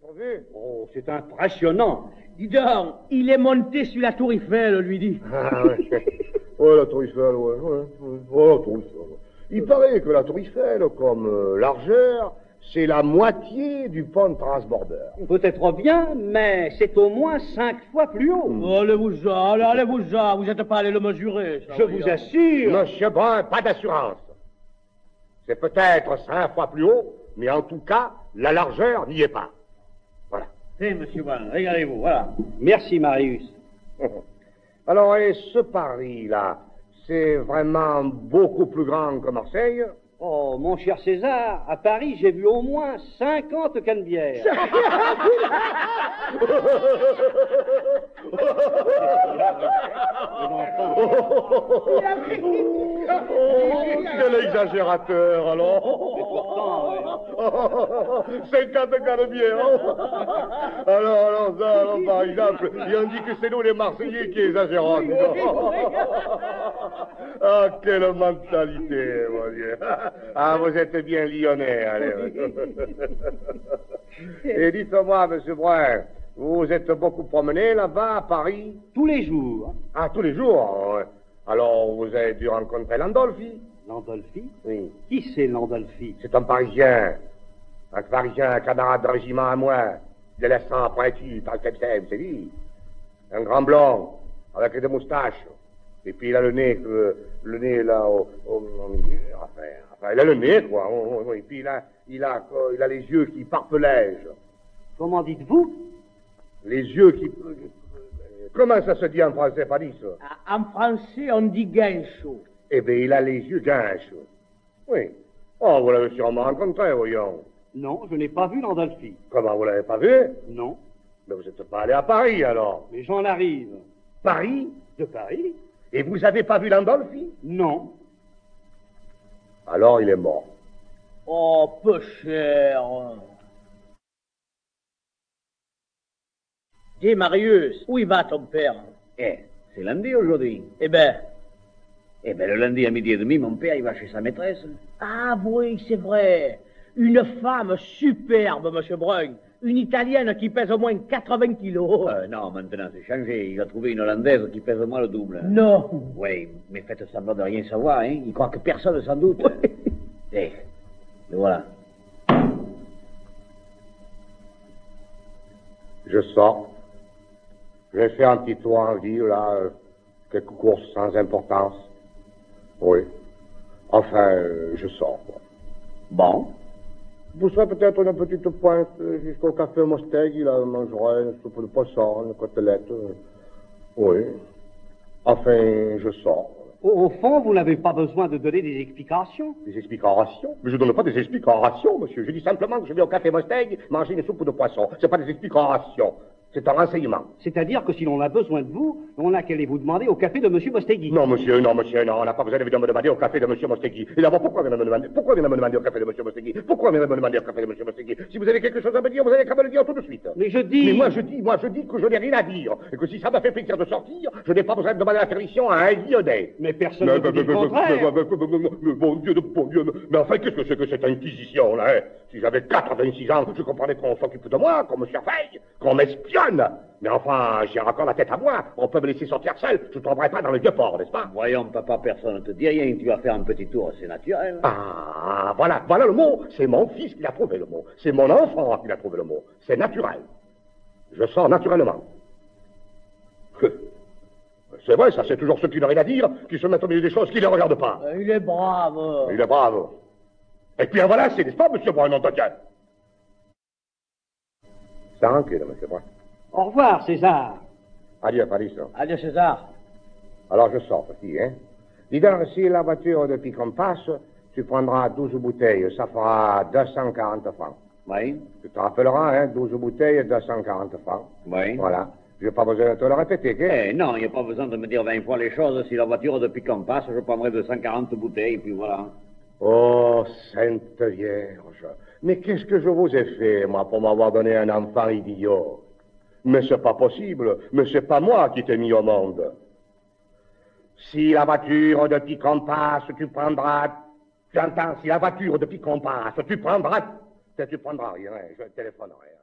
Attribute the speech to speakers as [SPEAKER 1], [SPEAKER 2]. [SPEAKER 1] pourvu.
[SPEAKER 2] Oh, c'est impressionnant.
[SPEAKER 3] Dis donc, il est monté sur la tour Eiffel, lui dit.
[SPEAKER 4] Ah, ouais. ouais, la tour Eiffel, ouais. ouais, ouais. Ouais, la tour Eiffel, ouais. Il paraît que la tour Eiffel, comme euh, largeur, c'est la moitié du pont de transbordeur.
[SPEAKER 2] Peut-être bien, mais c'est au moins cinq fois plus haut.
[SPEAKER 3] Hmm. Allez-vous-en, allez-vous-en, vous n'êtes pas allé le mesurer. ça, hein.
[SPEAKER 2] Je
[SPEAKER 3] voyons.
[SPEAKER 2] vous assure.
[SPEAKER 4] Monsieur Brun, pas d'assurance. C'est peut-être cinq fois plus haut, mais en tout cas, la largeur n'y est pas. Voilà.
[SPEAKER 3] Tiens, Eh, monsieur Brun, regardez-vous, voilà.
[SPEAKER 2] Merci, Marius.
[SPEAKER 4] Alors, et ce Paris-là, c'est vraiment beaucoup plus grand que Marseille
[SPEAKER 2] Oh, mon cher César, à Paris, j'ai vu au moins 50 cannebières.
[SPEAKER 4] Oh, quel exagérateur, alors
[SPEAKER 2] Pourtant, euh,
[SPEAKER 4] C'est quatre cannebières Alors, alors, ça, alors, par exemple, il en dit que c'est nous les Marseillais qui exagérons. dis donc. Ah, quelle mentalité, mon Dieu Ah, vous êtes bien lyonnais, allez Et dites-moi, monsieur Brun, vous vous êtes beaucoup promené là-bas, à Paris
[SPEAKER 2] tous les jours.
[SPEAKER 4] Ah, tous les jours ouais. Alors, vous avez dû rencontrer Landolfi
[SPEAKER 2] Landolfi
[SPEAKER 4] Oui.
[SPEAKER 2] Qui c'est Landolfi
[SPEAKER 4] C'est un Parisien. Un Parisien, un camarade de régiment à moi. Délaissant pointu par le capitaine, c'est lui. Un grand blanc, avec des moustaches. Et puis il a le nez, euh, le nez là, au, au- enfin, enfin, il a le nez, quoi. Oh, oh, oh. Et puis il a, il a, euh, il a les yeux qui parpelègent.
[SPEAKER 2] Comment dites-vous
[SPEAKER 4] Les yeux qui... euh, Comment ça se dit en français, Paris, ça
[SPEAKER 3] Ah, En français, on dit guincho.
[SPEAKER 4] Eh bien, il a les yeux gâches. Oui. Oh, vous l'avez sûrement rencontré, voyons.
[SPEAKER 2] Non, je n'ai pas vu Landolfi.
[SPEAKER 4] Comment, vous l'avez pas vu
[SPEAKER 2] Non,
[SPEAKER 4] Mais vous n'êtes pas allé à Paris, alors.
[SPEAKER 2] mais j'en arrive.
[SPEAKER 4] Paris
[SPEAKER 2] De Paris
[SPEAKER 4] Et vous avez pas vu Landolfi
[SPEAKER 2] Non.
[SPEAKER 4] Alors, il est mort.
[SPEAKER 3] Oh, peu cher. Dis, Marius, où il va ton père
[SPEAKER 5] Eh, c'est lundi aujourd'hui.
[SPEAKER 3] Eh ben,
[SPEAKER 5] Eh ben, le lundi à midi et demi, mon père, il va chez sa maîtresse.
[SPEAKER 3] Ah oui, c'est vrai. Une femme superbe, monsieur Brun. Une Italienne qui pèse au moins 80 kilos.
[SPEAKER 5] Euh, non, maintenant, c'est changé. Il a trouvé une Hollandaise qui pèse au moins le double.
[SPEAKER 3] Non.
[SPEAKER 5] Oui, mais faites semblant de rien savoir, hein. Il croit que personne sans doute. Eh, le voilà.
[SPEAKER 4] Je sors. J'ai fait un petit tour en ville, là, euh, quelques courses sans importance. Oui. Enfin, euh, je sors, quoi.
[SPEAKER 5] Bon.
[SPEAKER 4] Vous serez peut-être une petite pointe euh, jusqu'au café Mosteg, il a mangerait une soupe de poisson, une côtelette. euh. Oui. Enfin, je sors.
[SPEAKER 2] Au, au fond, vous n'avez pas besoin de donner des explications.
[SPEAKER 4] Des explications Mais je donne pas des explications, monsieur. Je dis simplement que je vais au café Mosteg manger une soupe de poisson. C'est pas des explications. C'est un renseignement.
[SPEAKER 2] C'est-à-dire que si l'on a besoin de vous, on n'a qu'à aller vous demander au café de M. Bostegui.
[SPEAKER 4] Non, monsieur, non, monsieur, non, on n'a pas besoin de me demander au café de monsieur Mosteki. Et d'abord, pourquoi vient me demander, pourquoi vient me demander au café de monsieur Mosteki Pourquoi vient me demander au café de monsieur Mosteki Si vous avez quelque chose à me dire, vous avez qu'à me le dire tout de suite.
[SPEAKER 2] Mais je dis...
[SPEAKER 4] Mais moi, je dis, moi, je dis que je n'ai rien à dire. Et que si ça m'a fait plaisir de sortir, je n'ai pas besoin de demander la permission à un lyonnais.
[SPEAKER 2] Mais personne
[SPEAKER 4] Mais,
[SPEAKER 2] ne
[SPEAKER 4] mais,
[SPEAKER 2] vous dit
[SPEAKER 4] mais,
[SPEAKER 2] le
[SPEAKER 4] mais,
[SPEAKER 2] contraire.
[SPEAKER 4] mais, mais, mais, mais, mais, bon Dieu, de bon Dieu, mais, mais enfin, qu'est-ce que c'est que cette inquisition, là hein Si j'avais 86 ans, je comprenais qu'on s'occupe de moi, qu'on me surveille, qu'on m'espionne. Mais enfin, j'ai encore la tête à moi, on peut me laisser sortir seul, je tomberai pas dans le vieux port, n'est-ce pas
[SPEAKER 5] Voyons, papa, personne ne te dit rien. Tu vas faire un petit tour, c'est naturel.
[SPEAKER 4] Ah, voilà, voilà le mot. C'est mon fils qui a trouvé le mot. C'est mon enfant qui a trouvé le mot. C'est naturel. Je sors naturellement. Que- C'est vrai, ça, c'est toujours ceux qui n'ont rien à dire, qui se mettent au milieu des choses qui ne les regardent pas.
[SPEAKER 3] Euh, Il est brave.
[SPEAKER 4] Il est brave. Et puis, en voilà, c'est, n'est-ce pas, monsieur Brun, entretien Ça rentre, monsieur Brun.
[SPEAKER 2] Au revoir, César.
[SPEAKER 4] Adieu, Paris, ça.
[SPEAKER 3] Adieu, César.
[SPEAKER 4] Alors je sors, petit, hein. Dis donc, si la voiture depuis qu'on passe, tu prendras 12 bouteilles, ça fera 240 francs.
[SPEAKER 5] Oui,
[SPEAKER 4] Tu te rappelleras, hein, 12 bouteilles, 240 francs.
[SPEAKER 5] oui.
[SPEAKER 4] Voilà. Je n'ai pas besoin de te le répéter, qu'est-ce
[SPEAKER 5] Eh, non, il n'y a pas besoin de me dire 20 fois les choses. Si la voiture, depuis qu'on passe, je prendrai 240 bouteilles, puis voilà.
[SPEAKER 4] Oh, Sainte Vierge. Mais qu'est-ce que je vous ai fait, moi, pour m'avoir donné un enfant idiot Mais c'est pas possible. Mais c'est pas moi qui t'ai mis au monde. Si la voiture depuis qu'on passe, tu prendras. Tu entends, si la voiture depuis qu'on passe, tu prendras. Tu prendras rien, hein je téléphonerai.